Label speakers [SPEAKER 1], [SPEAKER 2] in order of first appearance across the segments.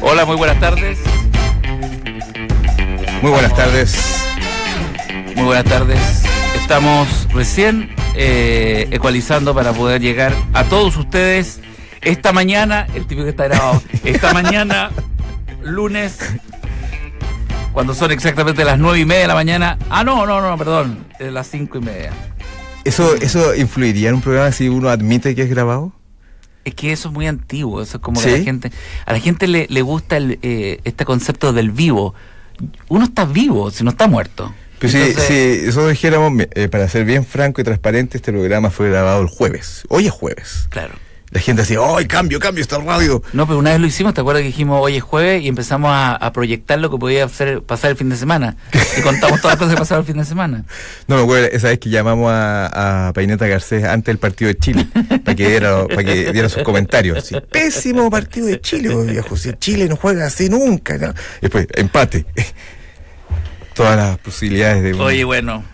[SPEAKER 1] Hola, muy buenas tardes.
[SPEAKER 2] Muy buenas tardes.
[SPEAKER 1] Muy buenas tardes. Estamos recién eh, ecualizando para poder llegar a todos ustedes esta mañana, el típico que está grabado, esta mañana, lunes, cuando son exactamente las nueve y media de la mañana. Ah, no, no, no, perdón, eh, las cinco y media.
[SPEAKER 2] ¿Eso, ¿Eso influiría en un programa si uno admite que es grabado?
[SPEAKER 1] Es que eso es muy antiguo, eso es como
[SPEAKER 2] ¿Sí?
[SPEAKER 1] que a la gente, a la gente le, le gusta el, eh, este concepto del vivo. Uno está vivo, si no está muerto.
[SPEAKER 2] Pues si,
[SPEAKER 1] Entonces,
[SPEAKER 2] si eso dijéramos, me- eh, para ser bien franco y transparente, este programa fue grabado el jueves. Hoy es jueves.
[SPEAKER 1] Claro.
[SPEAKER 2] La gente decía, ¡ay, cambio, cambio esta radio!
[SPEAKER 1] No, pero una vez lo hicimos, ¿te acuerdas que dijimos hoy es jueves y empezamos a, a proyectar lo que podía hacer, pasar el fin de semana? Y contamos todas las cosas que pasaron el fin de semana.
[SPEAKER 2] No me acuerdo, esa vez que llamamos a, a Paineta Garcés antes del partido de Chile, para que diera, para que diera sus comentarios. Así, Pésimo partido de Chile, oh, viejo. Si Chile no juega así nunca. ¿no?". Después, empate. Todas las posibilidades de... un-
[SPEAKER 1] Oye, bueno,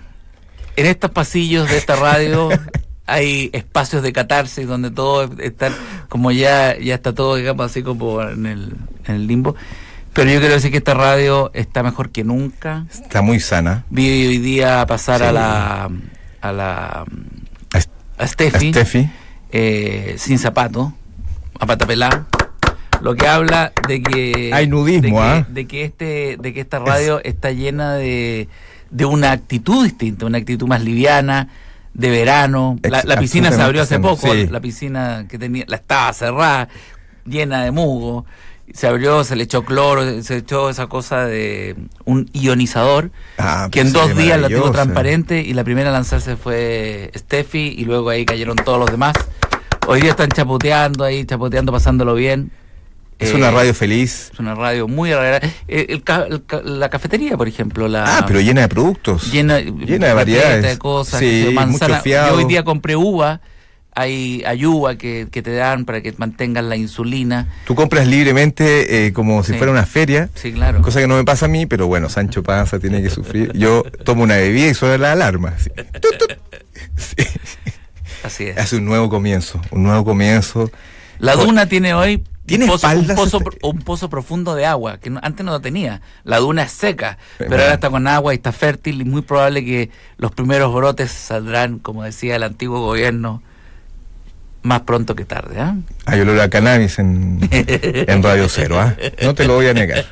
[SPEAKER 1] en estos pasillos de esta radio hay espacios de catarsis donde todo está como ya, ya está todo, digamos, así como en el, en el limbo. Pero yo quiero decir que esta radio está mejor que nunca.
[SPEAKER 2] Está muy sana.
[SPEAKER 1] Vi hoy día pasar a
[SPEAKER 2] Sí.
[SPEAKER 1] la a la
[SPEAKER 2] A S-
[SPEAKER 1] a
[SPEAKER 2] a
[SPEAKER 1] Steffi,
[SPEAKER 2] Steffi.
[SPEAKER 1] eh, sin zapato, a pata pelada. Lo que habla de que
[SPEAKER 2] Hay nudismo,
[SPEAKER 1] de que,
[SPEAKER 2] ¿ah?
[SPEAKER 1] de que este de que esta radio está llena de, de una actitud distinta, una actitud más liviana de verano. La,
[SPEAKER 2] Ex-
[SPEAKER 1] la piscina se abrió hace
[SPEAKER 2] absolutamente,
[SPEAKER 1] poco,
[SPEAKER 2] sí.
[SPEAKER 1] la piscina que tenía la estaba cerrada, llena de mugo. Se abrió, se le echó cloro, se echó esa cosa de un ionizador
[SPEAKER 2] Ah,
[SPEAKER 1] que en
[SPEAKER 2] pues,
[SPEAKER 1] dos
[SPEAKER 2] sí,
[SPEAKER 1] días la tuvo
[SPEAKER 2] maravillosa.
[SPEAKER 1] transparente y la primera a lanzarse fue Steffi y luego ahí cayeron todos los demás. Hoy día están chapoteando ahí, chapoteando, pasándolo bien.
[SPEAKER 2] Es
[SPEAKER 1] Eh,
[SPEAKER 2] una radio feliz.
[SPEAKER 1] Es una radio muy agradable. Eh, el ca- el ca- la cafetería, por ejemplo. La,
[SPEAKER 2] Ah, pero llena de productos.
[SPEAKER 1] llena,
[SPEAKER 2] llena
[SPEAKER 1] repleta
[SPEAKER 2] de variedades.
[SPEAKER 1] de cosas,
[SPEAKER 2] Sí,
[SPEAKER 1] qué sé yo,
[SPEAKER 2] mucho
[SPEAKER 1] manzana.
[SPEAKER 2] fiado.
[SPEAKER 1] Yo hoy día compré uva, hay, hay uva que, que te dan para que mantengas la insulina.
[SPEAKER 2] Tú compras libremente eh, como si
[SPEAKER 1] Sí.
[SPEAKER 2] fuera una feria.
[SPEAKER 1] Sí, claro.
[SPEAKER 2] Cosa que no me pasa a mí, pero bueno, Sancho Panza tiene que sufrir. Yo tomo una bebida y suena la alarma. así. Tut, tut.
[SPEAKER 1] Así es.
[SPEAKER 2] Hace un nuevo comienzo, un nuevo comienzo.
[SPEAKER 1] La duna tiene hoy
[SPEAKER 2] Tiene
[SPEAKER 1] un, pozo, un,
[SPEAKER 2] espaldas
[SPEAKER 1] pozo,
[SPEAKER 2] este-
[SPEAKER 1] pro- un pozo profundo de agua, que no- antes no lo tenía. La duna es seca, pero
[SPEAKER 2] Bueno.
[SPEAKER 1] ahora está con agua y está fértil y muy probable que los primeros brotes saldrán, como decía el antiguo gobierno, más pronto que tarde. ¿ah?
[SPEAKER 2] Hay olor a cannabis en, en Radio Cero, ¿ah? No te lo voy a negar.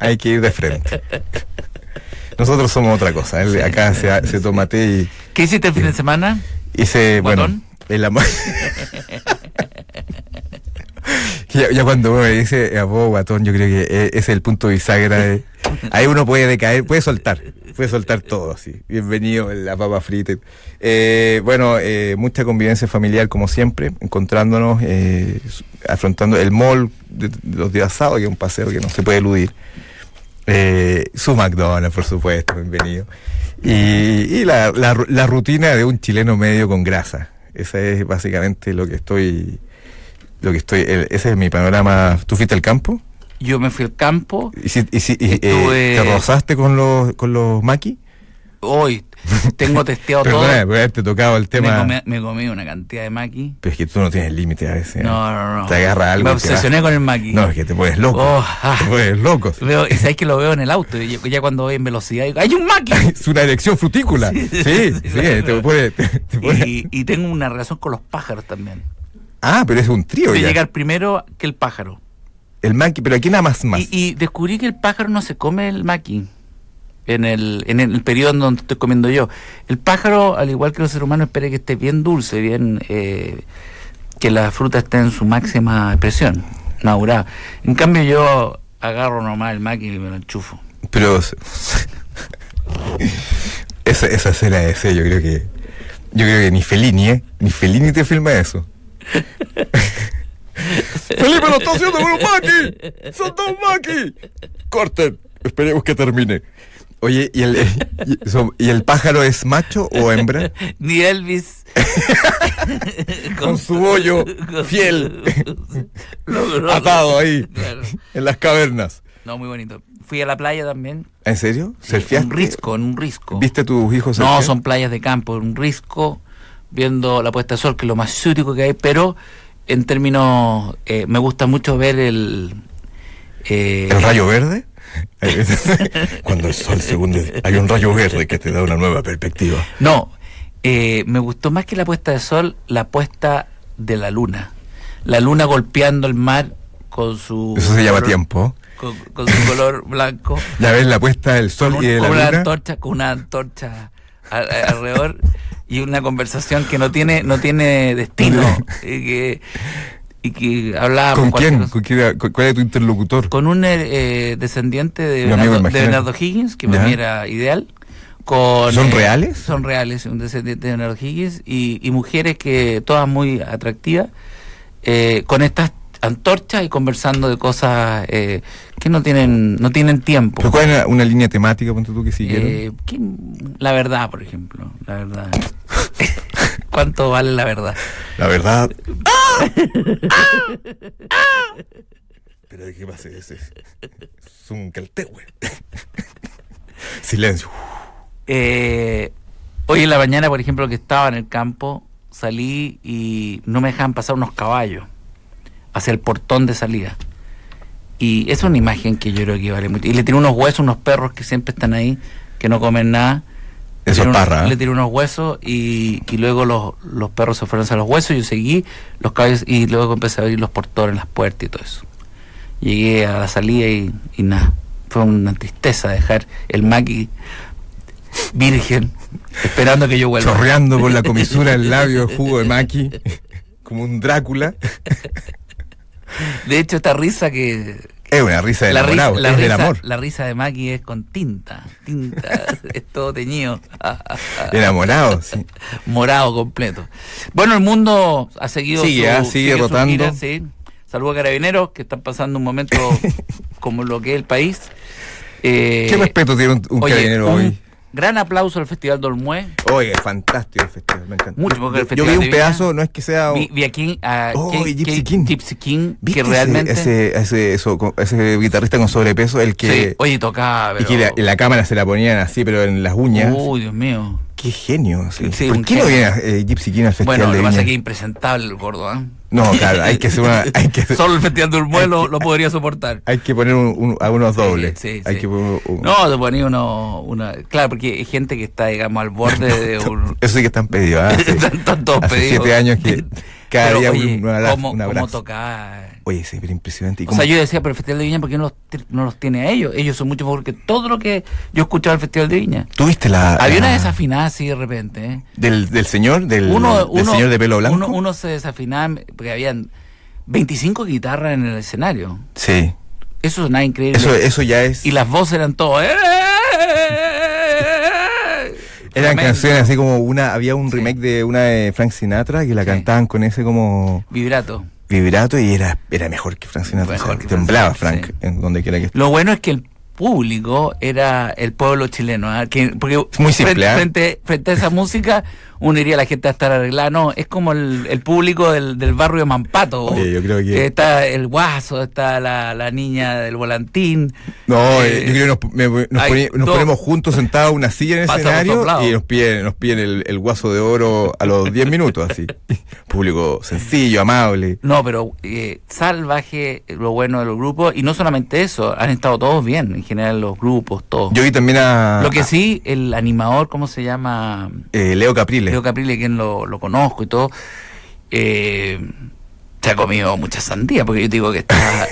[SPEAKER 2] Hay que ir de frente. Nosotros somos otra cosa. El- Acá se, se toma té y,
[SPEAKER 1] ¿Qué hiciste el fin de semana?
[SPEAKER 2] Hice, bueno,
[SPEAKER 1] ¿Guatón?
[SPEAKER 2] el amor. ya, ya cuando uno le dice a vos, guatón, yo creo que e- ese es el punto bisagra. de- ahí uno puede decaer, puede soltar, puede soltar todo, así. Bienvenido la papa frita. Eh, bueno, eh, mucha convivencia familiar como siempre, encontrándonos, eh, su- afrontando el mall de, de los días sábados, que es un paseo que no se puede eludir. Eh, su McDonald's, por supuesto, bienvenido. Y, Eh, y la, la ru- la rutina de un chileno medio con grasa. Esa es básicamente lo que estoy. Lo que estoy el- ese es mi panorama. ¿Tú fuiste al campo?
[SPEAKER 1] Yo me fui al campo
[SPEAKER 2] ¿Y, si- y si- y, eh,
[SPEAKER 1] Estuve-
[SPEAKER 2] ¿Te rozaste con los, con los maquis?
[SPEAKER 1] hoy, tengo testeado todo.
[SPEAKER 2] Perdona por haberte tocado el
[SPEAKER 1] Me
[SPEAKER 2] tema.
[SPEAKER 1] comí, me comí una cantidad de maqui.
[SPEAKER 2] Pero es que tú no tienes límite a veces. ¿eh?
[SPEAKER 1] No, no, no.
[SPEAKER 2] Te agarra algo.
[SPEAKER 1] Me
[SPEAKER 2] y te
[SPEAKER 1] obsesioné
[SPEAKER 2] vas.
[SPEAKER 1] con el maqui.
[SPEAKER 2] No, es que te pones loco.
[SPEAKER 1] Oh, ah.
[SPEAKER 2] Te pones loco.
[SPEAKER 1] Veo, y sabes que lo veo en el auto, y yo- ya cuando voy en velocidad, digo, ¡hay un maqui!
[SPEAKER 2] es una erección frutícola. Sí,
[SPEAKER 1] Sí,
[SPEAKER 2] sí,
[SPEAKER 1] sí, claro.
[SPEAKER 2] te pone- te- te pone-
[SPEAKER 1] Y, y tengo una relación con los pájaros también.
[SPEAKER 2] Ah, pero es un trío
[SPEAKER 1] De
[SPEAKER 2] ya.
[SPEAKER 1] llegar primero que el pájaro.
[SPEAKER 2] El maqui, pero aquí nada más más.
[SPEAKER 1] Y, y descubrí que el pájaro no se come el maqui. En el, en el periodo en donde estoy comiendo yo. El pájaro, al igual que los seres humanos, espera que esté bien dulce, bien. eh, que la fruta esté en su máxima expresión, madurada. En cambio, yo agarro nomás el maqui y me lo enchufo.
[SPEAKER 2] Pero esa, esa escena de ese, yo creo que yo creo que ni Fellini, ¿eh? Ni Fellini te filma eso. Felipe lo está haciendo con un maqui. Son dos maqui. Corten. Esperemos que termine. Oye, ¿y el, y- son- ¿y el pájaro es macho o hembra?
[SPEAKER 1] Ni Elvis.
[SPEAKER 2] Con su bollo fiel.
[SPEAKER 1] Logró-
[SPEAKER 2] Atado ahí,
[SPEAKER 1] Claro.
[SPEAKER 2] en las cavernas.
[SPEAKER 1] No, muy bonito. Fui a la playa también.
[SPEAKER 2] ¿En serio?
[SPEAKER 1] En
[SPEAKER 2] ¿Surfeaste?
[SPEAKER 1] un risco, en un risco.
[SPEAKER 2] ¿Viste a tus hijos
[SPEAKER 1] No,
[SPEAKER 2] surfear?
[SPEAKER 1] son playas de campo, un risco. viendo la puesta de sol, que es lo más sútico que hay, pero en términos, eh, me gusta mucho ver el... eh,
[SPEAKER 2] ¿El rayo verde? Cuando el sol se hunde, hay un rayo verde que te da una nueva perspectiva.
[SPEAKER 1] No, eh, me gustó más que la puesta de sol, la puesta de la luna. La luna golpeando el mar con su...
[SPEAKER 2] Eso se llama
[SPEAKER 1] color-
[SPEAKER 2] tiempo.
[SPEAKER 1] Con, con su color blanco.
[SPEAKER 2] Ya ves la puesta del sol
[SPEAKER 1] con, un-
[SPEAKER 2] y de la
[SPEAKER 1] con una
[SPEAKER 2] luna.
[SPEAKER 1] antorcha, con una antorcha a- a- alrededor y una conversación que no tiene, no tiene destino. y que, y que hablábamos
[SPEAKER 2] ¿Con
[SPEAKER 1] cualquier
[SPEAKER 2] quién?
[SPEAKER 1] cosa.
[SPEAKER 2] ¿Con quién era- con- ¿Cuál es tu interlocutor?
[SPEAKER 1] con un eh, descendiente de
[SPEAKER 2] Mi amigo
[SPEAKER 1] Bernardo, de
[SPEAKER 2] imaginario.
[SPEAKER 1] Bernardo Higgins, que
[SPEAKER 2] Ya.
[SPEAKER 1] para mí era ideal. Con, eh,
[SPEAKER 2] ¿Son reales?
[SPEAKER 1] Son reales, un descendiente de Bernardo Higgins y, y mujeres que todas muy atractivas, eh, con estas antorchas y conversando de cosas eh, que no tienen no tienen tiempo.
[SPEAKER 2] ¿Pero cuál era una línea temática, ponte tú, que siguieron?
[SPEAKER 1] Eh, ¿quién- la verdad, por ejemplo, la verdad. ¿Cuánto vale la verdad?
[SPEAKER 2] La verdad.
[SPEAKER 1] ¡Ah!
[SPEAKER 2] Pero ¿qué pasa? Es, es, es un caltegüe. Silencio.
[SPEAKER 1] Eh, hoy en la mañana, por ejemplo, que estaba en el campo, salí y no me dejaban pasar unos caballos hacia el portón de salida. Y es una imagen que yo creo que vale mucho. Y le tiré unos huesos, unos perros que siempre están ahí, que no comen nada. Le
[SPEAKER 2] Eso
[SPEAKER 1] tiré unos-
[SPEAKER 2] es parra.
[SPEAKER 1] Le
[SPEAKER 2] ¿eh?
[SPEAKER 1] tiré unos huesos y, y luego los, los perros se fueron a los huesos. Yo seguí los caballos y luego empecé a abrir los portones, las puertas y todo eso. Llegué a la salida y, y nada. Fue una tristeza dejar el maqui virgen esperando que yo vuelva.
[SPEAKER 2] Chorreando por la comisura del labio de jugo de maqui. Como un Drácula.
[SPEAKER 1] De hecho, esta risa que.
[SPEAKER 2] Es una risa del
[SPEAKER 1] La risa,
[SPEAKER 2] enamorado,
[SPEAKER 1] la,
[SPEAKER 2] es del
[SPEAKER 1] risa,
[SPEAKER 2] amor.
[SPEAKER 1] la risa de Maki es con tinta, tinta, es todo teñido.
[SPEAKER 2] Enamorado,
[SPEAKER 1] Eh,
[SPEAKER 2] sí.
[SPEAKER 1] morado completo. Bueno, el mundo ha seguido.
[SPEAKER 2] Sigue, ah, sigue
[SPEAKER 1] su
[SPEAKER 2] rotando.
[SPEAKER 1] gira, sí. Saludos a carabineros que están pasando un momento como lo que es el país. Eh,
[SPEAKER 2] ¿Qué respeto tiene un, un
[SPEAKER 1] oye,
[SPEAKER 2] carabinero
[SPEAKER 1] un
[SPEAKER 2] hoy?
[SPEAKER 1] Gran aplauso al Festival del Olmué.
[SPEAKER 2] Oye, es fantástico el festival, me encanta.
[SPEAKER 1] Mucho mejor que el
[SPEAKER 2] Yo- yo
[SPEAKER 1] Festival
[SPEAKER 2] vi
[SPEAKER 1] de
[SPEAKER 2] un
[SPEAKER 1] Viña.
[SPEAKER 2] pedazo, no es que sea. un-
[SPEAKER 1] Vi, vi aquí a
[SPEAKER 2] Oh,
[SPEAKER 1] Kate-
[SPEAKER 2] y Gypsy
[SPEAKER 1] Kate-
[SPEAKER 2] King.
[SPEAKER 1] Gypsy King, que
[SPEAKER 2] ¿Viste ese-
[SPEAKER 1] realmente.
[SPEAKER 2] Ese, ese, eso, co- ese guitarrista con sobrepeso, el que.
[SPEAKER 1] Sí, oye, tocaba.
[SPEAKER 2] y
[SPEAKER 1] Pero,
[SPEAKER 2] que la, la cámara se la ponían así, pero en las uñas.
[SPEAKER 1] Uy, Dios mío.
[SPEAKER 2] Qué genio. sí.
[SPEAKER 1] Sí,
[SPEAKER 2] ¿Por
[SPEAKER 1] un
[SPEAKER 2] qué no
[SPEAKER 1] genio.
[SPEAKER 2] viene eh, Gypsy King al festival
[SPEAKER 1] Bueno, lo
[SPEAKER 2] de
[SPEAKER 1] que pasa
[SPEAKER 2] Viña?
[SPEAKER 1] es que es impresentable el gordo. ¿ah?
[SPEAKER 2] No, claro, hay que hacer una. Hay que,
[SPEAKER 1] Solo el Festival del Olmué lo, lo podría soportar.
[SPEAKER 2] hay que poner un- un- a unos
[SPEAKER 1] Sí,
[SPEAKER 2] dobles.
[SPEAKER 1] sí,
[SPEAKER 2] hay
[SPEAKER 1] sí.
[SPEAKER 2] que poner un-
[SPEAKER 1] No, te ponía uno, una. Claro, porque hay gente que está, digamos, al borde de un.
[SPEAKER 2] Eso sí que están pedidos. ¿ah? Sí.
[SPEAKER 1] Están todos
[SPEAKER 2] Hace
[SPEAKER 1] pedidos.
[SPEAKER 2] siete años que cada
[SPEAKER 1] Pero,
[SPEAKER 2] día
[SPEAKER 1] oye,
[SPEAKER 2] un, un abrazo.
[SPEAKER 1] ¿cómo,
[SPEAKER 2] un
[SPEAKER 1] cómo
[SPEAKER 2] abrazo.
[SPEAKER 1] tocaba?
[SPEAKER 2] Oye, sí, pero impresionante. ¿Y
[SPEAKER 1] O
[SPEAKER 2] cómo-
[SPEAKER 1] sea, yo decía, pero el Festival de Viña, ¿por qué no los, ti- no los tiene a ellos? Ellos son mucho mejor que todo lo que yo escuchaba del Festival de Viña.
[SPEAKER 2] ¿Tuviste la.
[SPEAKER 1] Había una
[SPEAKER 2] la-
[SPEAKER 1] desafinada así de repente. ¿eh?
[SPEAKER 2] Del, del señor, del,
[SPEAKER 1] Uno,
[SPEAKER 2] del
[SPEAKER 1] uno,
[SPEAKER 2] señor de pelo blanco.
[SPEAKER 1] Uno, uno se desafinaba porque habían 25 guitarras en el escenario.
[SPEAKER 2] Sí.
[SPEAKER 1] Eso sonaba increíble.
[SPEAKER 2] Eso, eso ya es.
[SPEAKER 1] Y las voces eran todas. ¡eh!
[SPEAKER 2] Eran
[SPEAKER 1] Tremendo.
[SPEAKER 2] canciones así como una. Había un
[SPEAKER 1] Sí.
[SPEAKER 2] remake de una de Frank Sinatra que la
[SPEAKER 1] Sí.
[SPEAKER 2] cantaban con ese como
[SPEAKER 1] Vibrato.
[SPEAKER 2] vibrato y era, era mejor que Frank Sinatra.
[SPEAKER 1] Mejor
[SPEAKER 2] o sea,
[SPEAKER 1] que
[SPEAKER 2] temblaba
[SPEAKER 1] Frank,
[SPEAKER 2] Frank en donde quiera que esté.
[SPEAKER 1] Lo bueno es que el público era el pueblo chileno. ¿ah? Que- porque
[SPEAKER 2] Es muy simple,
[SPEAKER 1] Frente,
[SPEAKER 2] ¿ah?
[SPEAKER 1] frente, frente a esa música, uno diría la gente a estar arreglada. No, es como el, el público del, del barrio de Mampato.
[SPEAKER 2] Oye, yo creo que-
[SPEAKER 1] Está el guaso, está la, la niña del volantín.
[SPEAKER 2] No,
[SPEAKER 1] Eh,
[SPEAKER 2] eh, yo creo que nos, me- nos
[SPEAKER 1] hay
[SPEAKER 2] poni- nos
[SPEAKER 1] dos-
[SPEAKER 2] ponemos juntos sentados en una silla en el
[SPEAKER 1] Pasa por todos
[SPEAKER 2] escenario
[SPEAKER 1] lados.
[SPEAKER 2] y nos piden, nos piden el, el guaso de oro a los 10 minutos, así. Público sencillo, amable.
[SPEAKER 1] No, pero eh, salvaje lo bueno de los grupos. Y no solamente eso, han estado todos bien, en general los grupos, todos.
[SPEAKER 2] Yo Ah. vi también a,
[SPEAKER 1] Lo que
[SPEAKER 2] a,
[SPEAKER 1] sí, el animador, ¿cómo se llama?
[SPEAKER 2] eh, Leo Caprile.
[SPEAKER 1] Leo Caprile, quien lo, lo conozco y todo, eh, se ha comido mucha sandía, porque yo te digo que está...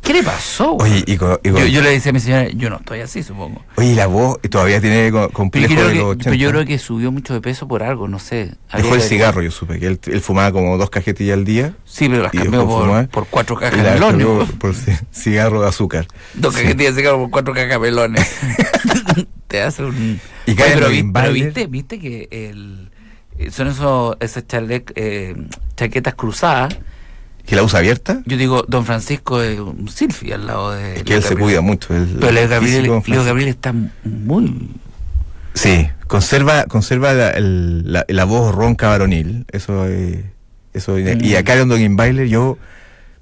[SPEAKER 1] ¿Qué le pasó? güey?
[SPEAKER 2] Oye, y con- y con-
[SPEAKER 1] yo, yo le decía a mi señora, yo no estoy así, supongo.
[SPEAKER 2] Oye, la voz todavía tiene co-
[SPEAKER 1] Pero
[SPEAKER 2] complejo
[SPEAKER 1] yo,
[SPEAKER 2] de los
[SPEAKER 1] creo que,
[SPEAKER 2] 80.
[SPEAKER 1] pero yo creo que subió mucho de peso por algo, no sé. Habría
[SPEAKER 2] Dejó el
[SPEAKER 1] que-
[SPEAKER 2] cigarro, yo supe, que él, él fumaba como dos cajetillas al día.
[SPEAKER 1] Sí, pero las
[SPEAKER 2] y
[SPEAKER 1] cambió
[SPEAKER 2] dejó de fumar,
[SPEAKER 1] por, por cuatro
[SPEAKER 2] y
[SPEAKER 1] cajas
[SPEAKER 2] la
[SPEAKER 1] de melones.
[SPEAKER 2] cambió
[SPEAKER 1] po.
[SPEAKER 2] por ci- cigarro de azúcar.
[SPEAKER 1] Dos cajetillas de cigarro por cuatro cacabelones. Te hace un.
[SPEAKER 2] Y
[SPEAKER 1] Oye,
[SPEAKER 2] cae
[SPEAKER 1] pero,
[SPEAKER 2] en el
[SPEAKER 1] vi- pero
[SPEAKER 2] embalde.
[SPEAKER 1] viste, viste que el, eh, son esos, esas chalec- eh, chaquetas cruzadas.
[SPEAKER 2] ¿Que la usa abierta?
[SPEAKER 1] Yo digo, don Francisco es un silfi al lado de.
[SPEAKER 2] Es que él se cuida mucho. el-
[SPEAKER 1] Eh, Pero Leo
[SPEAKER 2] el
[SPEAKER 1] Gabriel,
[SPEAKER 2] físico, en
[SPEAKER 1] Leo
[SPEAKER 2] Francia.
[SPEAKER 1] Gabriel está muy.
[SPEAKER 2] Sí, conserva, conserva la, el- la- la voz ronca varonil. Eso, eh, eso y-
[SPEAKER 1] Mm.
[SPEAKER 2] Y acá en Don Inbailer yo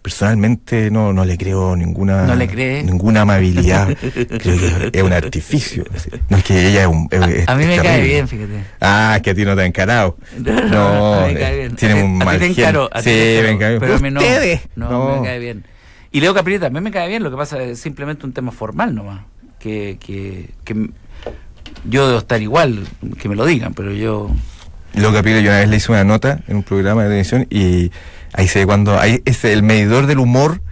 [SPEAKER 2] personalmente no, no le creo ninguna,
[SPEAKER 1] ¿No le cree?
[SPEAKER 2] ninguna amabilidad. creo que es un artificio. así. No es que ella es un. es- es-
[SPEAKER 1] A mí
[SPEAKER 2] es
[SPEAKER 1] me cae
[SPEAKER 2] terrible.
[SPEAKER 1] bien, fíjate.
[SPEAKER 2] Ah, es que a ti no te ha encarado. No,
[SPEAKER 1] a mí me cae
[SPEAKER 2] eh,
[SPEAKER 1] bien.
[SPEAKER 2] tiene
[SPEAKER 1] A ti-
[SPEAKER 2] un
[SPEAKER 1] a
[SPEAKER 2] mal
[SPEAKER 1] ti te
[SPEAKER 2] genio.
[SPEAKER 1] encaró, a ti
[SPEAKER 2] Sí,
[SPEAKER 1] te encaró,
[SPEAKER 2] me encaró.
[SPEAKER 1] Pero a mí no.
[SPEAKER 2] Ustedes.
[SPEAKER 1] No,
[SPEAKER 2] No.
[SPEAKER 1] me cae bien. Y Leo Capri también me cae bien, lo que pasa es simplemente un tema formal nomás. Que, que, que m- yo debo estar igual, que me lo digan, pero yo.
[SPEAKER 2] Lo que pide, yo una vez le hice una nota en un programa de televisión y ahí se ve cuando. Ahí es el medidor del humor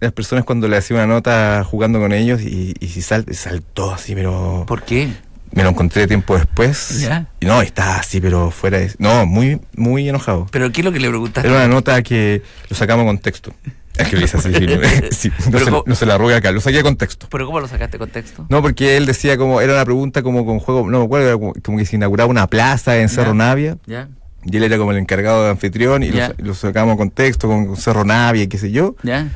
[SPEAKER 2] de las personas cuando le hacía una nota jugando con ellos y, y si sal- saltó así, pero.
[SPEAKER 1] ¿Por qué?
[SPEAKER 2] Me lo encontré tiempo después.
[SPEAKER 1] Ya.
[SPEAKER 2] Y no, está así, pero fuera de. No, muy, muy enojado.
[SPEAKER 1] ¿Pero qué es lo que le preguntaste?
[SPEAKER 2] Era una nota que lo sacamos de contexto. Es que lo hice así, sí, no- sí, no,
[SPEAKER 1] Pero
[SPEAKER 2] se,
[SPEAKER 1] co-
[SPEAKER 2] no se la arruga acá, lo saqué de contexto.
[SPEAKER 1] ¿Pero cómo lo sacaste contexto?
[SPEAKER 2] No, porque él decía como, era una pregunta como con juego, no me acuerdo, era como, como que se inauguraba una plaza en Cerro
[SPEAKER 1] Ya.
[SPEAKER 2] Navia,
[SPEAKER 1] ¿Ya?
[SPEAKER 2] y él era como el encargado de anfitrión, y lo
[SPEAKER 1] Ya.
[SPEAKER 2] sa- lo, sacamos de contexto con, con Cerro Navia y qué sé yo,
[SPEAKER 1] ¿Ya?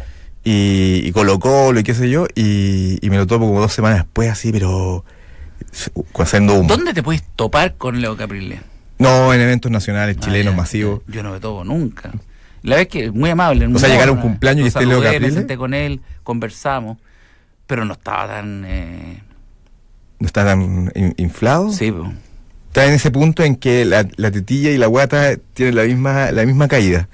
[SPEAKER 2] y, y Colo Colo y qué sé yo, y, y me lo topo como dos semanas después así, pero s- haciendo humo.
[SPEAKER 1] ¿Dónde te puedes topar con Leo Caprile?
[SPEAKER 2] No, en eventos nacionales, chilenos,
[SPEAKER 1] Ah, ya,
[SPEAKER 2] masivos.
[SPEAKER 1] ya. Yo no me topo nunca. La vez que, muy amable.
[SPEAKER 2] O sea, llegar a un cumpleaños y esté Leo
[SPEAKER 1] Caprile. Me
[SPEAKER 2] Caprile.
[SPEAKER 1] senté con él, conversamos, pero no estaba tan... eh,
[SPEAKER 2] ¿No está tan in- inflado?
[SPEAKER 1] sí, po.
[SPEAKER 2] Está en ese punto en que la, la tetilla y la guata tienen la misma, la misma caída.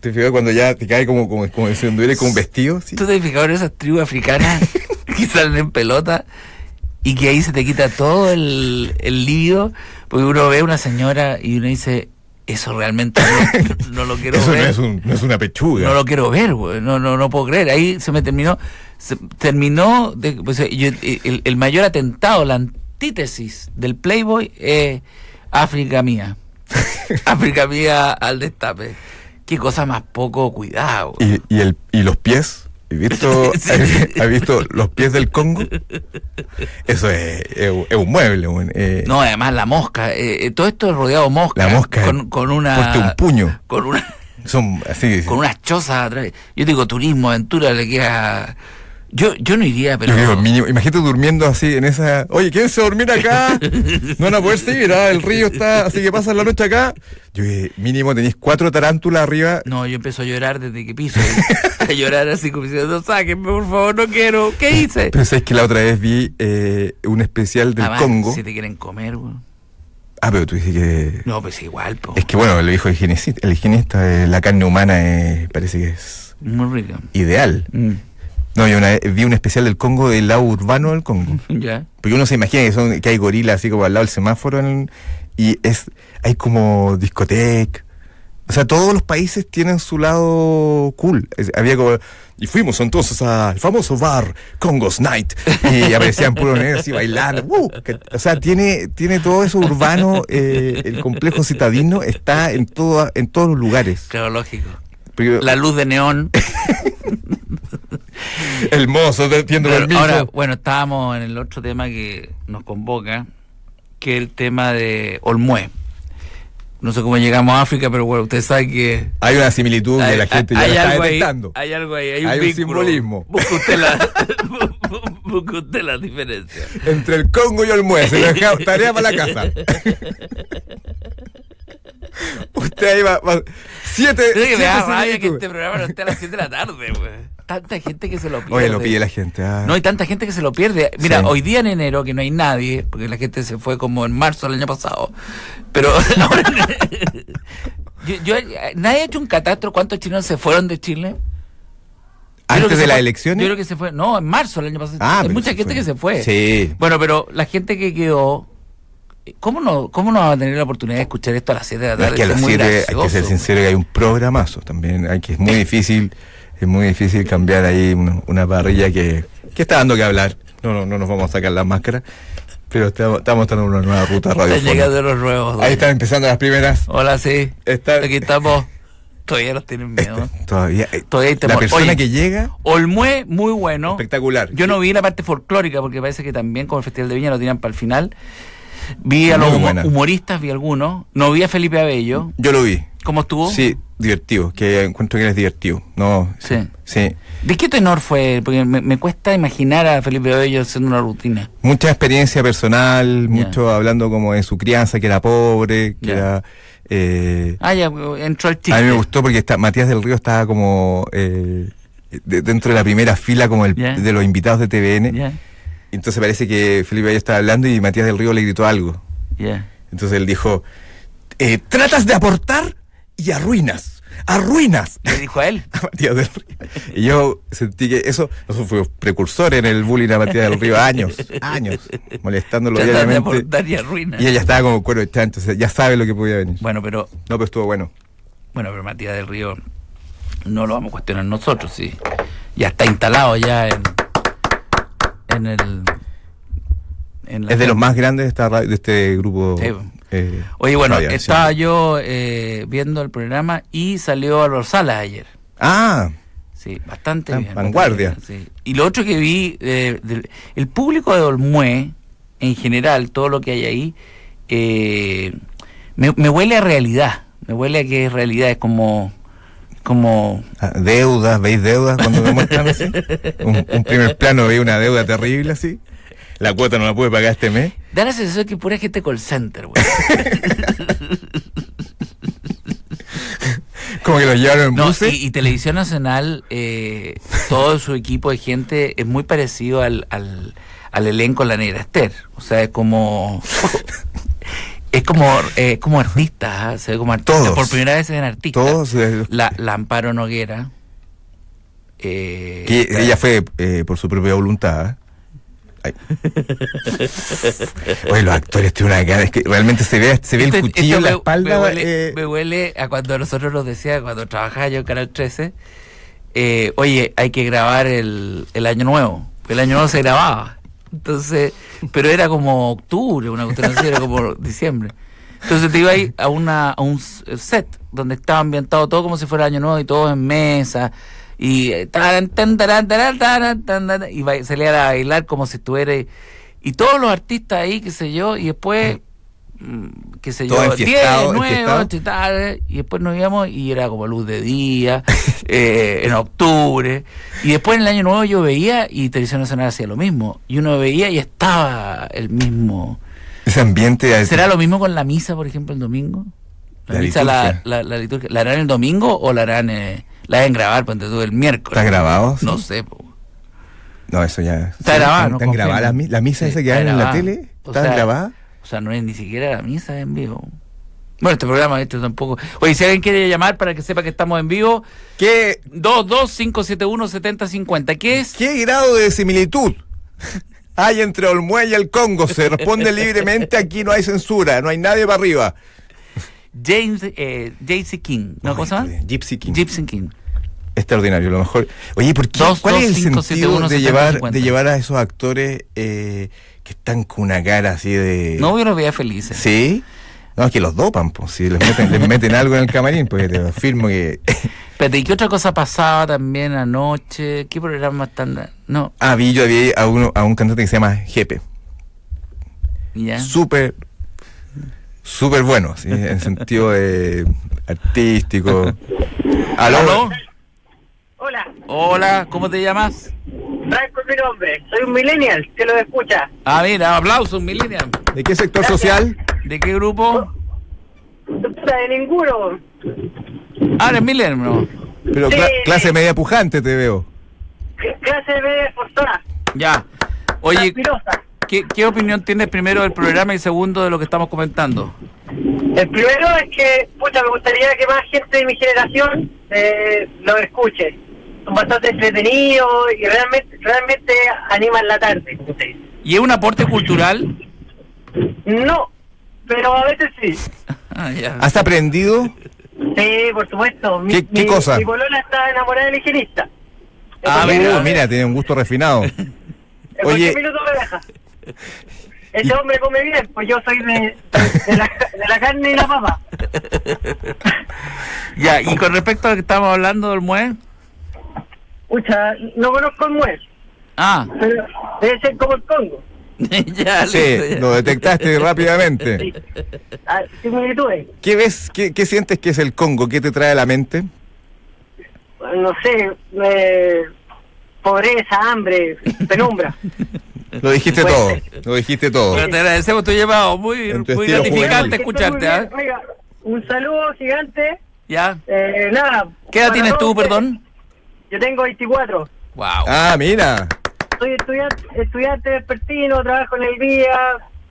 [SPEAKER 2] Te fijas cuando ya te cae como, como, como si eres con un vestido. ¿sí?
[SPEAKER 1] ¿Tú te has fijado en esas tribus africanas que salen en pelota y que ahí se te quita todo el, el lío? Porque uno ve a una señora y uno dice, eso realmente no, no lo quiero
[SPEAKER 2] Eso no
[SPEAKER 1] ver.
[SPEAKER 2] es, un- no es una pechuga.
[SPEAKER 1] No lo quiero ver, güey. No, no, no puedo creer. Ahí se me terminó. se- terminó. de- pues, eh, yo- el, el mayor atentado, la antítesis del Playboy es África mía. África mía al destape. Qué cosa más poco cuidado. güey.
[SPEAKER 2] y, y, el, y los pies. ¿Has visto,
[SPEAKER 1] Sí.
[SPEAKER 2] has visto los pies del Congo? Eso es, es, un- es un mueble. un- eh,
[SPEAKER 1] No, además la mosca. eh, eh, todo esto es rodeado de mosca.
[SPEAKER 2] La mosca.
[SPEAKER 1] Con, con
[SPEAKER 2] ponte
[SPEAKER 1] una.
[SPEAKER 2] un puño.
[SPEAKER 1] Con una.
[SPEAKER 2] Son así.
[SPEAKER 1] Con unas chozas atrás. Yo digo turismo, aventura, le queda. Yo, yo no iría, pero.
[SPEAKER 2] Yo digo, mínimo, imagínate durmiendo así en esa. Oye, ¿quién se dormir acá? No van a poder seguir, ah, el río está. Así que pasan la noche acá. Yo dije, mínimo tenéis cuatro tarántulas arriba.
[SPEAKER 1] No, yo empiezo a llorar desde que piso. a llorar así como diciendo, sáquenme, por favor, no quiero. ¿Qué hice?
[SPEAKER 2] Pero sabes que la otra vez vi eh, un especial del
[SPEAKER 1] Además,
[SPEAKER 2] Congo.
[SPEAKER 1] Si te quieren comer, güey.
[SPEAKER 2] Ah, pero tú dices que.
[SPEAKER 1] No, pues igual, po.
[SPEAKER 2] Es que bueno, lo dijo el higienista. El higienista, eh, la carne humana eh, parece que es
[SPEAKER 1] Muy rico.
[SPEAKER 2] ideal.
[SPEAKER 1] Mm,
[SPEAKER 2] No, yo una vez vi un especial del Congo del lado urbano del Congo.
[SPEAKER 1] Ya.
[SPEAKER 2] Porque uno se imagina que, son, que hay gorilas así como al lado del semáforo en- y es hay como discoteca. O sea, todos los países tienen su lado cool. Es- había como, y fuimos entonces al famoso bar Congo's Night. Y aparecían puros negros así bailando. ¡uh! Que- o sea, tiene, tiene todo eso urbano, eh, el complejo citadino está en, toda, en todos los lugares.
[SPEAKER 1] Claro, lógico.
[SPEAKER 2] Porque
[SPEAKER 1] La luz de neón.
[SPEAKER 2] el mozo te entiendo
[SPEAKER 1] Claro,
[SPEAKER 2] permiso.
[SPEAKER 1] ahora, bueno, estábamos en el otro tema que nos convoca, que es el tema de Olmué. No sé cómo llegamos a África, pero bueno, usted sabe que
[SPEAKER 2] hay una similitud que
[SPEAKER 1] hay,
[SPEAKER 2] la gente ya
[SPEAKER 1] hay
[SPEAKER 2] la está
[SPEAKER 1] algo ahí,
[SPEAKER 2] detectando.
[SPEAKER 1] hay algo ahí, hay un,
[SPEAKER 2] Hay un
[SPEAKER 1] vínculo.
[SPEAKER 2] simbolismo.
[SPEAKER 1] Busca usted la, busca usted la diferencia.
[SPEAKER 2] Entre el Congo y Olmué, se lo dejamos, tarea para la casa. Usted ahí va, va- siete,
[SPEAKER 1] Creo que me
[SPEAKER 2] siete
[SPEAKER 1] da rabia que
[SPEAKER 2] similitudes.
[SPEAKER 1] este programa no esté a las 7 de la tarde, güey. Tanta gente que se lo pierde.
[SPEAKER 2] Oye, lo pide la gente. ah.
[SPEAKER 1] No hay tanta gente que se lo pierde. Mira,
[SPEAKER 2] Sí.
[SPEAKER 1] hoy día en enero, que no hay nadie, porque la gente se fue como en marzo del año pasado, pero ahora... yo- yo- eh, ¿Nadie ha hecho un catastro cuántos chilenos se fueron de Chile? Yo creo que se
[SPEAKER 2] Antes de las
[SPEAKER 1] fue- Yo
[SPEAKER 2] elecciones.
[SPEAKER 1] creo que se fue, no, en marzo del año pasado.
[SPEAKER 2] Ah,
[SPEAKER 1] hay
[SPEAKER 2] pero
[SPEAKER 1] mucha
[SPEAKER 2] se
[SPEAKER 1] gente
[SPEAKER 2] fue.
[SPEAKER 1] que se fue.
[SPEAKER 2] Sí.
[SPEAKER 1] Bueno, pero la gente que quedó... ¿Cómo no, ¿Cómo no va a tener la oportunidad de escuchar esto a las 7 de la
[SPEAKER 2] No,
[SPEAKER 1] tarde?
[SPEAKER 2] es que a
[SPEAKER 1] Esto
[SPEAKER 2] los
[SPEAKER 1] muy
[SPEAKER 2] siete, hay que
[SPEAKER 1] gracioso,
[SPEAKER 2] ser
[SPEAKER 1] güey.
[SPEAKER 2] sincero que hay un programazo también. Hay que, es muy difícil, es muy difícil cambiar ahí una, una parrilla que, que está dando que hablar. No, no, no nos vamos a sacar las máscaras, pero estamos, estamos mostrando una nueva ruta
[SPEAKER 1] Están
[SPEAKER 2] radiofónica.
[SPEAKER 1] llegando los nuevos.
[SPEAKER 2] Ahí están empezando las primeras.
[SPEAKER 1] Hola, sí.
[SPEAKER 2] Está-
[SPEAKER 1] Aquí estamos. Todavía nos tienen miedo.
[SPEAKER 2] Todavía, eh,
[SPEAKER 1] Todavía hay
[SPEAKER 2] la
[SPEAKER 1] temor.
[SPEAKER 2] persona
[SPEAKER 1] Oye,
[SPEAKER 2] que llega,
[SPEAKER 1] Olmué, muy bueno.
[SPEAKER 2] espectacular.
[SPEAKER 1] Yo no vi la parte folclórica porque parece que también como el Festival de Viña lo tiran para el final. Vi a
[SPEAKER 2] Muy
[SPEAKER 1] los humo-
[SPEAKER 2] buena.
[SPEAKER 1] humoristas, vi algunos. No vi a Felipe Abello.
[SPEAKER 2] Yo lo vi.
[SPEAKER 1] ¿Cómo estuvo?
[SPEAKER 2] Sí, divertido, que encuentro que eres divertido. No,
[SPEAKER 1] Sí.
[SPEAKER 2] sí. sí.
[SPEAKER 1] ¿De qué tenor fue? Porque me, me cuesta imaginar a Felipe Abello haciendo una rutina.
[SPEAKER 2] Mucha experiencia personal, mucho hablando como de su crianza, que era pobre, que
[SPEAKER 1] Ya.
[SPEAKER 2] era Eh,
[SPEAKER 1] Ah, ya, entró el chiste.
[SPEAKER 2] a mí me gustó porque está, Matías del Río estaba como eh, de- dentro de la primera fila como el-
[SPEAKER 1] Ya.
[SPEAKER 2] de los invitados de TVN.
[SPEAKER 1] Ya,
[SPEAKER 2] Entonces parece que Felipe Valle estaba hablando y Matías del Río le gritó algo.
[SPEAKER 1] ya.
[SPEAKER 2] Entonces él dijo, eh, tratas de aportar y arruinas, arruinas
[SPEAKER 1] ¿Le dijo a él?
[SPEAKER 2] a Matías del Río. Y yo sentí que eso, nosotros fuimos precursores en el bullying a Matías del Río, años, años, molestándolo
[SPEAKER 1] Tratar de
[SPEAKER 2] diariamente.
[SPEAKER 1] aportar y arruina.
[SPEAKER 2] Y ella estaba como cuero de chancho, o sea, ya sabe lo que podía venir.
[SPEAKER 1] Bueno, pero
[SPEAKER 2] No, pero estuvo bueno.
[SPEAKER 1] Bueno, pero Matías del Río no lo vamos a cuestionar nosotros, sí. Ya está instalado ya en, en el... en la-
[SPEAKER 2] Es de los más grandes de, esta ra- de este grupo.
[SPEAKER 1] Sí.
[SPEAKER 2] eh,
[SPEAKER 1] Oye, bueno,
[SPEAKER 2] radial, sí.
[SPEAKER 1] estaba yo eh, viendo el programa y salió Álvaro Salas ayer.
[SPEAKER 2] Ah,
[SPEAKER 1] Sí, bastante
[SPEAKER 2] Ah,
[SPEAKER 1] bien.
[SPEAKER 2] vanguardia.
[SPEAKER 1] bastante bien, sí. Y lo otro que vi, eh, del- el público de Olmué, en general, todo lo que hay ahí, eh, me, me huele a realidad. Me huele a que es realidad, es como... como
[SPEAKER 2] ah, deudas, ¿veis deudas cuando me muestran así? Un, un primer plano veía una deuda terrible así. La cuota no la pude pagar este mes.
[SPEAKER 1] Da la sensación que pura gente call center, güey.
[SPEAKER 2] Como que lo llevaron en
[SPEAKER 1] No,
[SPEAKER 2] buses.
[SPEAKER 1] y, y Televisión Nacional, eh, todo su equipo de gente es muy parecido al, al, al elenco de La Negra Esther. O sea, es como... Es como, eh, como artistas, ¿ah? se ve como artistas.
[SPEAKER 2] Todos.
[SPEAKER 1] Por primera vez se ven artistas.
[SPEAKER 2] Todos. eh,
[SPEAKER 1] La, la Amparo Noguera. eh,
[SPEAKER 2] que
[SPEAKER 1] está-
[SPEAKER 2] ella fue eh, por su propia voluntad. ¿eh? Ay. Oye, los actores tienen una cara. Es que realmente se ve, se ve el
[SPEAKER 1] Esto- esto
[SPEAKER 2] cuchillo en la
[SPEAKER 1] Este, me-
[SPEAKER 2] espalda.
[SPEAKER 1] Me huele,
[SPEAKER 2] eh,
[SPEAKER 1] me huele a cuando nosotros nos decía, cuando trabajaba yo en Canal 13, eh, oye, hay que grabar el, el año nuevo. El año nuevo se grababa. Entonces, pero era como octubre, una cuestión así, era como diciembre. Entonces te iba ahí a, una, a un s- eh, set donde estaba ambientado todo como si fuera año nuevo y todo en mesa. Y, eh, taran, tan, taran, taran, taran, tan, tan, y ba- salía a bailar como si estuviera. Y todos los artistas ahí, qué sé yo, y después mm, qué sé yo,
[SPEAKER 2] Todo
[SPEAKER 1] 10,
[SPEAKER 2] enfiestado,
[SPEAKER 1] 9,
[SPEAKER 2] enfiestado.
[SPEAKER 1] 8 y tal, y después nos íbamos y era como luz de día, eh, en octubre, y después en el año nuevo yo veía y Televisión Nacional hacía lo mismo, y uno veía y estaba el mismo.
[SPEAKER 2] ese ambiente. eh,
[SPEAKER 1] ¿Será lo mismo con la misa, por ejemplo, el domingo? La,
[SPEAKER 2] La
[SPEAKER 1] misa, la,
[SPEAKER 2] liturgia.
[SPEAKER 1] la, la liturgia, ¿la harán el domingo o la harán, eh, la deben grabar, ponte tú, el miércoles?
[SPEAKER 2] ¿Está grabado?
[SPEAKER 1] No sé, po.
[SPEAKER 2] No, eso ya.
[SPEAKER 1] Está grabada,
[SPEAKER 2] ¿Están-
[SPEAKER 1] no
[SPEAKER 2] ¿Están grabadas las
[SPEAKER 1] confirmo.
[SPEAKER 2] mi- las misas
[SPEAKER 1] Sí,
[SPEAKER 2] esas que
[SPEAKER 1] está
[SPEAKER 2] dan en la
[SPEAKER 1] grabada.
[SPEAKER 2] tele?
[SPEAKER 1] O
[SPEAKER 2] ¿Están
[SPEAKER 1] sea,
[SPEAKER 2] grabadas?
[SPEAKER 1] O sea, no es ni siquiera la misa en vivo. Bueno, este programa, esto tampoco. Oye, si alguien quiere llamar para que sepa que estamos en vivo,
[SPEAKER 2] ¿Qué,
[SPEAKER 1] 225717050. ¿Qué es?
[SPEAKER 2] ¿Qué grado de similitud hay entre Olmué y el Congo? Se responde libremente, aquí no hay censura, no hay nadie para arriba.
[SPEAKER 1] James, eh, JC King. ¿No? ¿Cómo se llama?
[SPEAKER 2] Gypsy King.
[SPEAKER 1] Gibson King.
[SPEAKER 2] Extraordinario, lo mejor. Oye, ¿por qué?
[SPEAKER 1] Dos,
[SPEAKER 2] ¿cuál
[SPEAKER 1] dos,
[SPEAKER 2] es el
[SPEAKER 1] cinco, siete,
[SPEAKER 2] sentido
[SPEAKER 1] uno,
[SPEAKER 2] de,
[SPEAKER 1] setenta,
[SPEAKER 2] llevar,
[SPEAKER 1] cincuenta?
[SPEAKER 2] de llevar a esos actores eh, que están con una cara así de...
[SPEAKER 1] No, yo los veía felices.
[SPEAKER 2] ¿Sí? No, es que los dopan, pues. Si les meten, les meten algo en el camarín, pues te afirmo que...
[SPEAKER 1] Espérate, ¿y qué otra cosa pasaba también anoche? ¿Qué programa tan.? No,
[SPEAKER 2] ah, vi, yo había a, uno, a un cantante que se llama Jepe.
[SPEAKER 1] ya.
[SPEAKER 2] súper súper bueno ¿sí? en sentido de artístico aló
[SPEAKER 1] ¿Aló?
[SPEAKER 3] Hola,
[SPEAKER 1] Hola, ¿cómo te llamas?
[SPEAKER 3] trae por mi nombre. Soy un millennial que lo escucha.
[SPEAKER 1] Ah, mira, aplausos, Millennium.
[SPEAKER 2] de qué sector social
[SPEAKER 1] ¿De qué grupo?
[SPEAKER 3] Puta, De ninguno.
[SPEAKER 1] Ah, eres Millennium. ¿no?
[SPEAKER 2] pero cla- clase media pujante te veo
[SPEAKER 3] C- Clase media forzada.
[SPEAKER 1] Ya. Oye,
[SPEAKER 3] Aspirosa.
[SPEAKER 1] ¿qué, qué opinión tienes primero del programa y segundo de lo que estamos comentando?
[SPEAKER 3] El primero es que, pucha, me gustaría que más gente de mi generación eh, lo escuche. Son bastante entretenidos y realmente, realmente animan la tarde. ustedes.
[SPEAKER 1] ¿Y es un aporte cultural?
[SPEAKER 3] No, pero a veces sí.
[SPEAKER 1] Ah, ya.
[SPEAKER 2] has aprendido
[SPEAKER 3] Sí, por supuesto. Mi,
[SPEAKER 2] ¿Qué- qué
[SPEAKER 3] mi-
[SPEAKER 2] cosa?
[SPEAKER 3] Mi polola está enamorada del higienista.
[SPEAKER 1] Ah,
[SPEAKER 2] Uh,
[SPEAKER 1] mira.
[SPEAKER 2] mira tiene un gusto refinado
[SPEAKER 3] En
[SPEAKER 2] Oye.
[SPEAKER 3] cualquier minuto me deja. Ese hombre come bien, pues yo soy de, de la, de la carne y la papa.
[SPEAKER 1] Ya, y con respecto a lo que estábamos hablando del MUE,
[SPEAKER 3] Pucha, no conozco el muer,
[SPEAKER 1] ah,
[SPEAKER 3] pero debe ser como el Congo.
[SPEAKER 1] ya,
[SPEAKER 2] sí
[SPEAKER 1] listo, ya.
[SPEAKER 2] lo detectaste
[SPEAKER 3] Sí.
[SPEAKER 2] rápidamente
[SPEAKER 3] Ah, similitudes.
[SPEAKER 2] qué ves qué, qué sientes que es el Congo qué te trae a la mente
[SPEAKER 3] No sé, eh, pobreza, hambre, penumbra.
[SPEAKER 2] lo dijiste todo lo dijiste todo
[SPEAKER 1] Bueno, te agradecemos tu llamado, muy,
[SPEAKER 2] En tu
[SPEAKER 1] muy
[SPEAKER 2] estilo
[SPEAKER 1] gratificante
[SPEAKER 2] juvenil.
[SPEAKER 1] escucharte, ¿ah?
[SPEAKER 3] Oiga, un saludo gigante.
[SPEAKER 1] ¿Ya?
[SPEAKER 3] Eh, nada.
[SPEAKER 1] ¿Qué edad
[SPEAKER 3] para
[SPEAKER 1] tienes tú,
[SPEAKER 3] todos ustedes.
[SPEAKER 1] perdón?
[SPEAKER 3] Yo tengo 24.
[SPEAKER 1] Wow.
[SPEAKER 2] Ah, mira.
[SPEAKER 3] Soy estudiante, estudiante vespertino, trabajo en el día,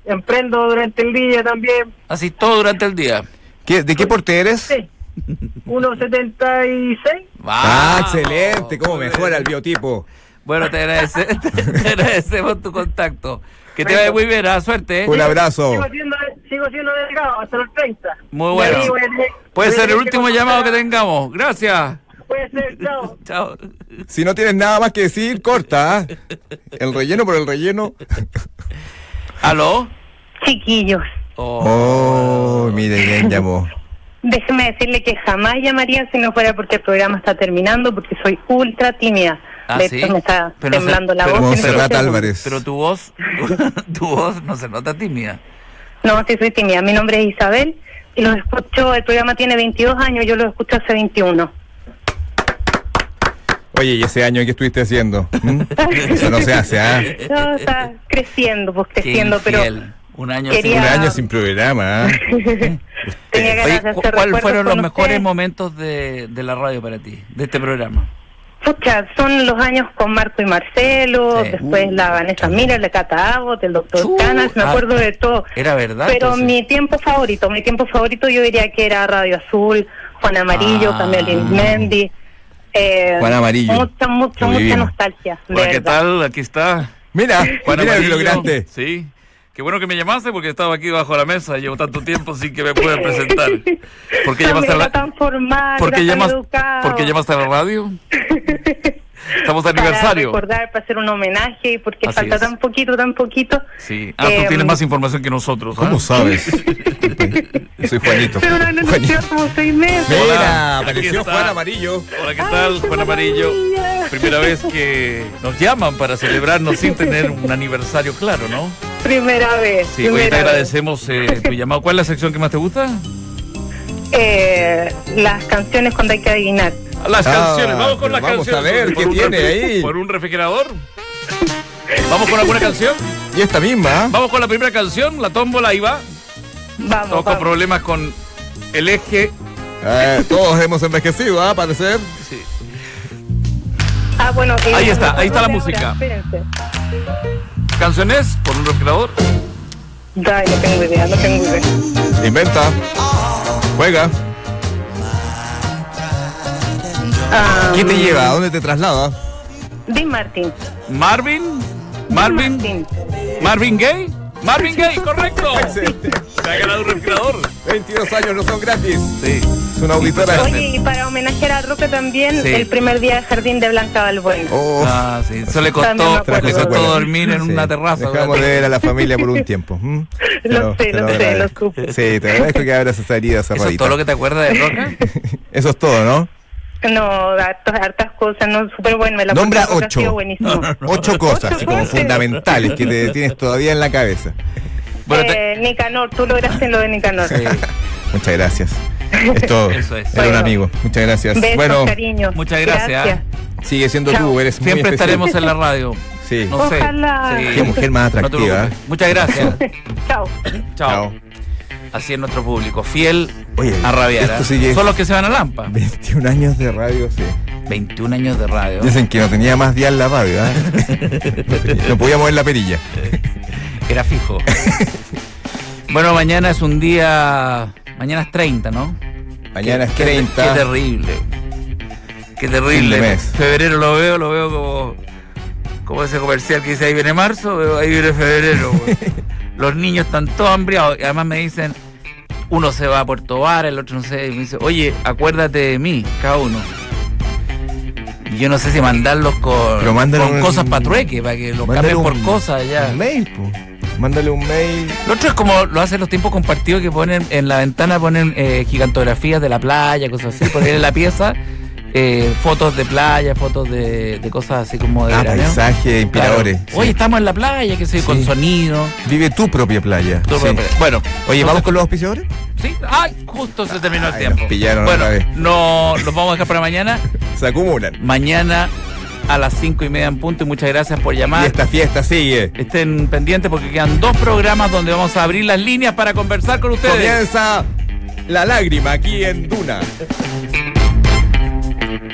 [SPEAKER 3] emprendo durante el día también.
[SPEAKER 1] Así todo durante el día.
[SPEAKER 2] ¿Qué- ¿De qué porte eres?
[SPEAKER 3] Sí. 1,76.
[SPEAKER 2] Ah,
[SPEAKER 1] Vamos.
[SPEAKER 2] excelente. ¿Cómo
[SPEAKER 1] Muy
[SPEAKER 2] mejora el
[SPEAKER 1] bien.
[SPEAKER 2] biotipo?
[SPEAKER 1] Bueno, te, agradece- te agradecemos tu contacto. Que te vaya muy bien, ah, suerte. ¿eh?
[SPEAKER 2] Un abrazo.
[SPEAKER 3] Sigo siendo, sigo siendo delgado hasta los 30.
[SPEAKER 1] Muy
[SPEAKER 3] Y
[SPEAKER 1] bueno.
[SPEAKER 3] ahí voy a tener- voy
[SPEAKER 1] Puede
[SPEAKER 3] a
[SPEAKER 1] ser el
[SPEAKER 3] tener
[SPEAKER 1] último
[SPEAKER 3] contar-
[SPEAKER 1] llamado que tengamos. Gracias.
[SPEAKER 3] Puede ser, chao.
[SPEAKER 1] Chao.
[SPEAKER 2] Si no tienes nada más que decir, corta. ¿ah? El relleno por el relleno.
[SPEAKER 1] ¿Aló?
[SPEAKER 4] Chiquillos,
[SPEAKER 2] Oh, mire, bien llamó.
[SPEAKER 4] déjeme decirle que jamás llamaría si no fuera porque el programa está terminando, porque soy ultra tímida.
[SPEAKER 1] Ah,
[SPEAKER 4] de
[SPEAKER 1] ¿sí?
[SPEAKER 4] hecho, me está
[SPEAKER 1] Pero no
[SPEAKER 4] temblando
[SPEAKER 1] sé-
[SPEAKER 4] la
[SPEAKER 1] pero-
[SPEAKER 4] voz. en este
[SPEAKER 2] Monserrat
[SPEAKER 4] segundo.
[SPEAKER 2] Álvarez.
[SPEAKER 1] Pero tu voz, tu voz no se nota ¿eh? tímida.
[SPEAKER 4] No, sí soy tímida. Mi nombre es Isabel y los escucho, el programa tiene 22 años, yo los escucho hace 21.
[SPEAKER 2] Oye, ¿y ese año qué estuviste haciendo? ¿Mm? Eso no se hace, ¿ah?
[SPEAKER 1] Eh,
[SPEAKER 4] No, está creciendo, pues
[SPEAKER 1] Qué
[SPEAKER 4] creciendo, pero
[SPEAKER 1] infiel. Un año
[SPEAKER 4] quería-
[SPEAKER 2] Un
[SPEAKER 1] sin-
[SPEAKER 2] año sin programa, ¿ah?
[SPEAKER 4] tenía
[SPEAKER 1] Oye,
[SPEAKER 4] ganas de
[SPEAKER 1] ¿cu-
[SPEAKER 4] hacer
[SPEAKER 1] ¿Cuáles
[SPEAKER 4] recuerdos
[SPEAKER 1] fueron los
[SPEAKER 4] con
[SPEAKER 1] mejores
[SPEAKER 4] ustedes.
[SPEAKER 1] momentos de, de la radio para ti, de este programa?
[SPEAKER 4] Pucha, son los años con Marco y Marcelo,
[SPEAKER 1] Sí. Uh,
[SPEAKER 4] después la Vanessa Miller, la Cata Abbott, el doctor
[SPEAKER 1] Chu,
[SPEAKER 4] Canas, me
[SPEAKER 1] ah,
[SPEAKER 4] acuerdo de todo.
[SPEAKER 1] Era verdad.
[SPEAKER 4] Pero
[SPEAKER 1] entonces.
[SPEAKER 4] mi tiempo favorito, mi tiempo favorito yo diría que era Radio Azul, Juan Amarillo,
[SPEAKER 1] Ah.
[SPEAKER 4] Camilo Mendy. Eh,
[SPEAKER 2] Juan Amarillo.
[SPEAKER 4] Mucha, mucha,
[SPEAKER 2] Lo
[SPEAKER 4] mucha
[SPEAKER 2] vivimos.
[SPEAKER 4] nostalgia. de
[SPEAKER 1] Hola, ¿qué
[SPEAKER 4] verdad.
[SPEAKER 1] tal? Aquí está.
[SPEAKER 2] Mira,
[SPEAKER 1] Juan
[SPEAKER 2] mira lo que
[SPEAKER 1] Amarillo.
[SPEAKER 2] lograste.
[SPEAKER 1] Sí. Qué bueno que me llamaste porque estaba aquí bajo la mesa. Llevo tanto tiempo sin que me pueda presentar. ¿Por qué
[SPEAKER 4] Camilo
[SPEAKER 1] llamaste a la,
[SPEAKER 4] tan formal,
[SPEAKER 1] ¿por qué
[SPEAKER 4] tan
[SPEAKER 1] llamas-
[SPEAKER 4] educado.
[SPEAKER 1] por qué llamaste a la radio? Estamos de
[SPEAKER 4] Para
[SPEAKER 1] aniversario.
[SPEAKER 4] recordar, para hacer un homenaje y porque
[SPEAKER 1] Así
[SPEAKER 4] falta
[SPEAKER 1] es.
[SPEAKER 4] tan poquito, tan poquito.
[SPEAKER 1] Sí. Ah, tú
[SPEAKER 4] Em,
[SPEAKER 1] tienes más información que nosotros. ¿ah?
[SPEAKER 2] ¿Cómo sabes? Soy Juanito.
[SPEAKER 4] Pero no, no, no,
[SPEAKER 2] Juanito.
[SPEAKER 4] llevo como seis meses.
[SPEAKER 1] Hola,
[SPEAKER 2] Mira,
[SPEAKER 1] aquí
[SPEAKER 2] apareció
[SPEAKER 1] está.
[SPEAKER 2] Juan Amarillo.
[SPEAKER 1] Hola, ¿qué
[SPEAKER 4] Ay,
[SPEAKER 1] tal?
[SPEAKER 4] Juan
[SPEAKER 1] Juan Amarillo.
[SPEAKER 4] Amarillo.
[SPEAKER 1] Primera vez que nos llaman para celebrarnos sin tener un aniversario claro, ¿no?
[SPEAKER 4] Primera vez.
[SPEAKER 1] Sí,
[SPEAKER 4] primera
[SPEAKER 1] oye, te
[SPEAKER 4] vez.
[SPEAKER 1] agradecemos eh, tu llamado. ¿Cuál es la sección que más te gusta?
[SPEAKER 4] Eh, las canciones cuando hay que adivinar.
[SPEAKER 1] Las
[SPEAKER 2] Ah,
[SPEAKER 1] canciones, vamos con
[SPEAKER 2] pero
[SPEAKER 1] las
[SPEAKER 2] vamos
[SPEAKER 1] canciones.
[SPEAKER 2] a ver
[SPEAKER 1] ¿Por
[SPEAKER 2] qué
[SPEAKER 1] un
[SPEAKER 2] tiene
[SPEAKER 1] refi-
[SPEAKER 2] ahí.
[SPEAKER 1] ¿Por un refrigerador? ¿Vamos con alguna canción?
[SPEAKER 2] Y esta misma, ¿ah?
[SPEAKER 1] Vamos con la primera canción, la tómbola, ahí va.
[SPEAKER 4] Vamos.
[SPEAKER 1] Todos con
[SPEAKER 4] vamos.
[SPEAKER 1] problemas con el eje.
[SPEAKER 2] Eh, todos hemos envejecido, ¿ah? Parecer.
[SPEAKER 1] Sí.
[SPEAKER 4] Ah, bueno, eh,
[SPEAKER 1] Ahí está, ahí está la
[SPEAKER 4] ahora,
[SPEAKER 1] música.
[SPEAKER 4] espérense.
[SPEAKER 1] ¿Canciones? ¿Por un refrigerador?
[SPEAKER 4] Ay, no tengo idea, no tengo idea.
[SPEAKER 2] Inventa. Juega.
[SPEAKER 4] Ah,
[SPEAKER 2] ¿Qué te lleva? ¿A dónde te traslada?
[SPEAKER 4] Dean Martin.
[SPEAKER 1] ¿Marvin?
[SPEAKER 4] Dean
[SPEAKER 1] ¿Marvin?
[SPEAKER 4] Martin.
[SPEAKER 1] ¿Marvin Gaye? ¡Marvin Gaye, correcto!
[SPEAKER 2] Excelente.
[SPEAKER 1] Se ha ganado un refrigerador.
[SPEAKER 2] 22 años no son gratis.
[SPEAKER 1] Sí.
[SPEAKER 2] Es una auditora.
[SPEAKER 4] Oye, y para homenajear a Roque también,
[SPEAKER 1] Sí.
[SPEAKER 4] el primer día de jardín de Blanca Balbuena.
[SPEAKER 2] Oh,
[SPEAKER 1] Ah, sí. Eso le
[SPEAKER 4] También me
[SPEAKER 1] costó,
[SPEAKER 4] acuerdo.
[SPEAKER 1] le costó
[SPEAKER 2] Buena.
[SPEAKER 1] dormir en
[SPEAKER 2] Sí.
[SPEAKER 1] una terraza.
[SPEAKER 2] Dejamos de ver a la familia por un tiempo. ¿Mm? Te
[SPEAKER 4] Lo sé,
[SPEAKER 2] te
[SPEAKER 4] lo sé, lo
[SPEAKER 2] agradezco.
[SPEAKER 4] supe.
[SPEAKER 2] Sí, te agradezco que abras esa herida, esa
[SPEAKER 1] ¿Eso es todo lo que te acuerdas de Roca?
[SPEAKER 2] Eso es todo, ¿no?
[SPEAKER 4] No, hartas, hartas cosas, no, súper bueno. Me la
[SPEAKER 2] Nombra
[SPEAKER 4] pasé, Roque,
[SPEAKER 2] ocho.
[SPEAKER 4] Ha sido buenísimo.
[SPEAKER 2] Ocho cosas, así como
[SPEAKER 4] cosas.
[SPEAKER 2] fundamentales que te tienes todavía en la cabeza.
[SPEAKER 1] Bueno, te-
[SPEAKER 4] Eh, Nicanor, tú lograste lo de Nicanor.
[SPEAKER 2] Muchas gracias. Es todo.
[SPEAKER 1] Eso es.
[SPEAKER 2] Era un
[SPEAKER 4] Bueno.
[SPEAKER 2] amigo. Muchas gracias.
[SPEAKER 4] Besos,
[SPEAKER 2] bueno,
[SPEAKER 4] cariño.
[SPEAKER 1] muchas gracias.
[SPEAKER 2] sigue siendo
[SPEAKER 4] Chao.
[SPEAKER 2] tú, eres muy
[SPEAKER 1] siempre
[SPEAKER 2] especial.
[SPEAKER 1] estaremos en la radio.
[SPEAKER 2] Sí.
[SPEAKER 1] No sé.
[SPEAKER 4] Ojalá.
[SPEAKER 1] Sí.
[SPEAKER 2] Qué mujer más
[SPEAKER 1] No te
[SPEAKER 2] atractiva. ¿eh?
[SPEAKER 1] preocupes. Muchas gracias.
[SPEAKER 4] Chao.
[SPEAKER 1] Chao. Así es nuestro público, fiel
[SPEAKER 2] Oye,
[SPEAKER 1] a rabiar.
[SPEAKER 2] esto
[SPEAKER 1] ¿eh?
[SPEAKER 2] sigue-
[SPEAKER 1] Son los que se van a Lampa.
[SPEAKER 2] 21 años de radio, sí.
[SPEAKER 1] 21 años de radio.
[SPEAKER 2] Dicen que no tenía más días la radio, ¿ah? No tenía- no podía mover la perilla.
[SPEAKER 1] Era fijo. bueno, mañana es un día. Mañana es 30, ¿no?
[SPEAKER 2] Mañana es
[SPEAKER 1] Qué- qué-
[SPEAKER 2] 30.
[SPEAKER 1] Qué, terrible. Qué terrible.
[SPEAKER 2] Fin de mes.
[SPEAKER 1] Febrero lo veo, lo veo como. Como ese comercial que dice ahí viene marzo, veo, ahí viene febrero. güey. Los niños están todos hambriados. Y además me dicen, uno se va a Puerto Vara, el otro no sé. Y me dice, oye, acuérdate de mí, cada uno. Y yo no sé si mandarlos con,
[SPEAKER 2] Pero mándale
[SPEAKER 1] con
[SPEAKER 2] un-
[SPEAKER 1] cosas patrueque, para que los
[SPEAKER 2] Mándale
[SPEAKER 1] cambien por
[SPEAKER 2] un-
[SPEAKER 1] cosas ya.
[SPEAKER 2] Un mail, po. Mándale un mail.
[SPEAKER 1] Lo otro es como lo hacen los tiempos compartidos que ponen en la ventana, ponen eh, gigantografías de la playa, cosas así, ponen en la pieza eh, fotos de playa, fotos de, de cosas así como de
[SPEAKER 2] Ah,
[SPEAKER 1] veraneo.
[SPEAKER 2] paisaje, inspiradores.
[SPEAKER 1] Claro. Oye,
[SPEAKER 2] sí.
[SPEAKER 1] estamos en la playa, que sé, yo, con
[SPEAKER 2] Sí.
[SPEAKER 1] sonido.
[SPEAKER 2] Vive tu propia playa.
[SPEAKER 1] todo
[SPEAKER 2] sí.
[SPEAKER 1] para- Bueno,
[SPEAKER 2] Oye,
[SPEAKER 1] entonces-
[SPEAKER 2] ¿vamos con los auspiciadores?
[SPEAKER 1] ¿Sí? ¡Ay! Justo se terminó el
[SPEAKER 2] Ay,
[SPEAKER 1] tiempo.
[SPEAKER 2] nos pillaron
[SPEAKER 1] bueno,
[SPEAKER 2] otra vez.
[SPEAKER 1] no, los vamos a dejar para mañana.
[SPEAKER 2] Se acumulan.
[SPEAKER 1] Mañana a las cinco y media en punto y muchas gracias por
[SPEAKER 2] Y
[SPEAKER 1] llamar.
[SPEAKER 2] esta fiesta sigue.
[SPEAKER 1] Estén pendientes porque quedan dos programas donde vamos a abrir las líneas para conversar con ustedes.
[SPEAKER 2] Comienza La lágrima aquí en Duna.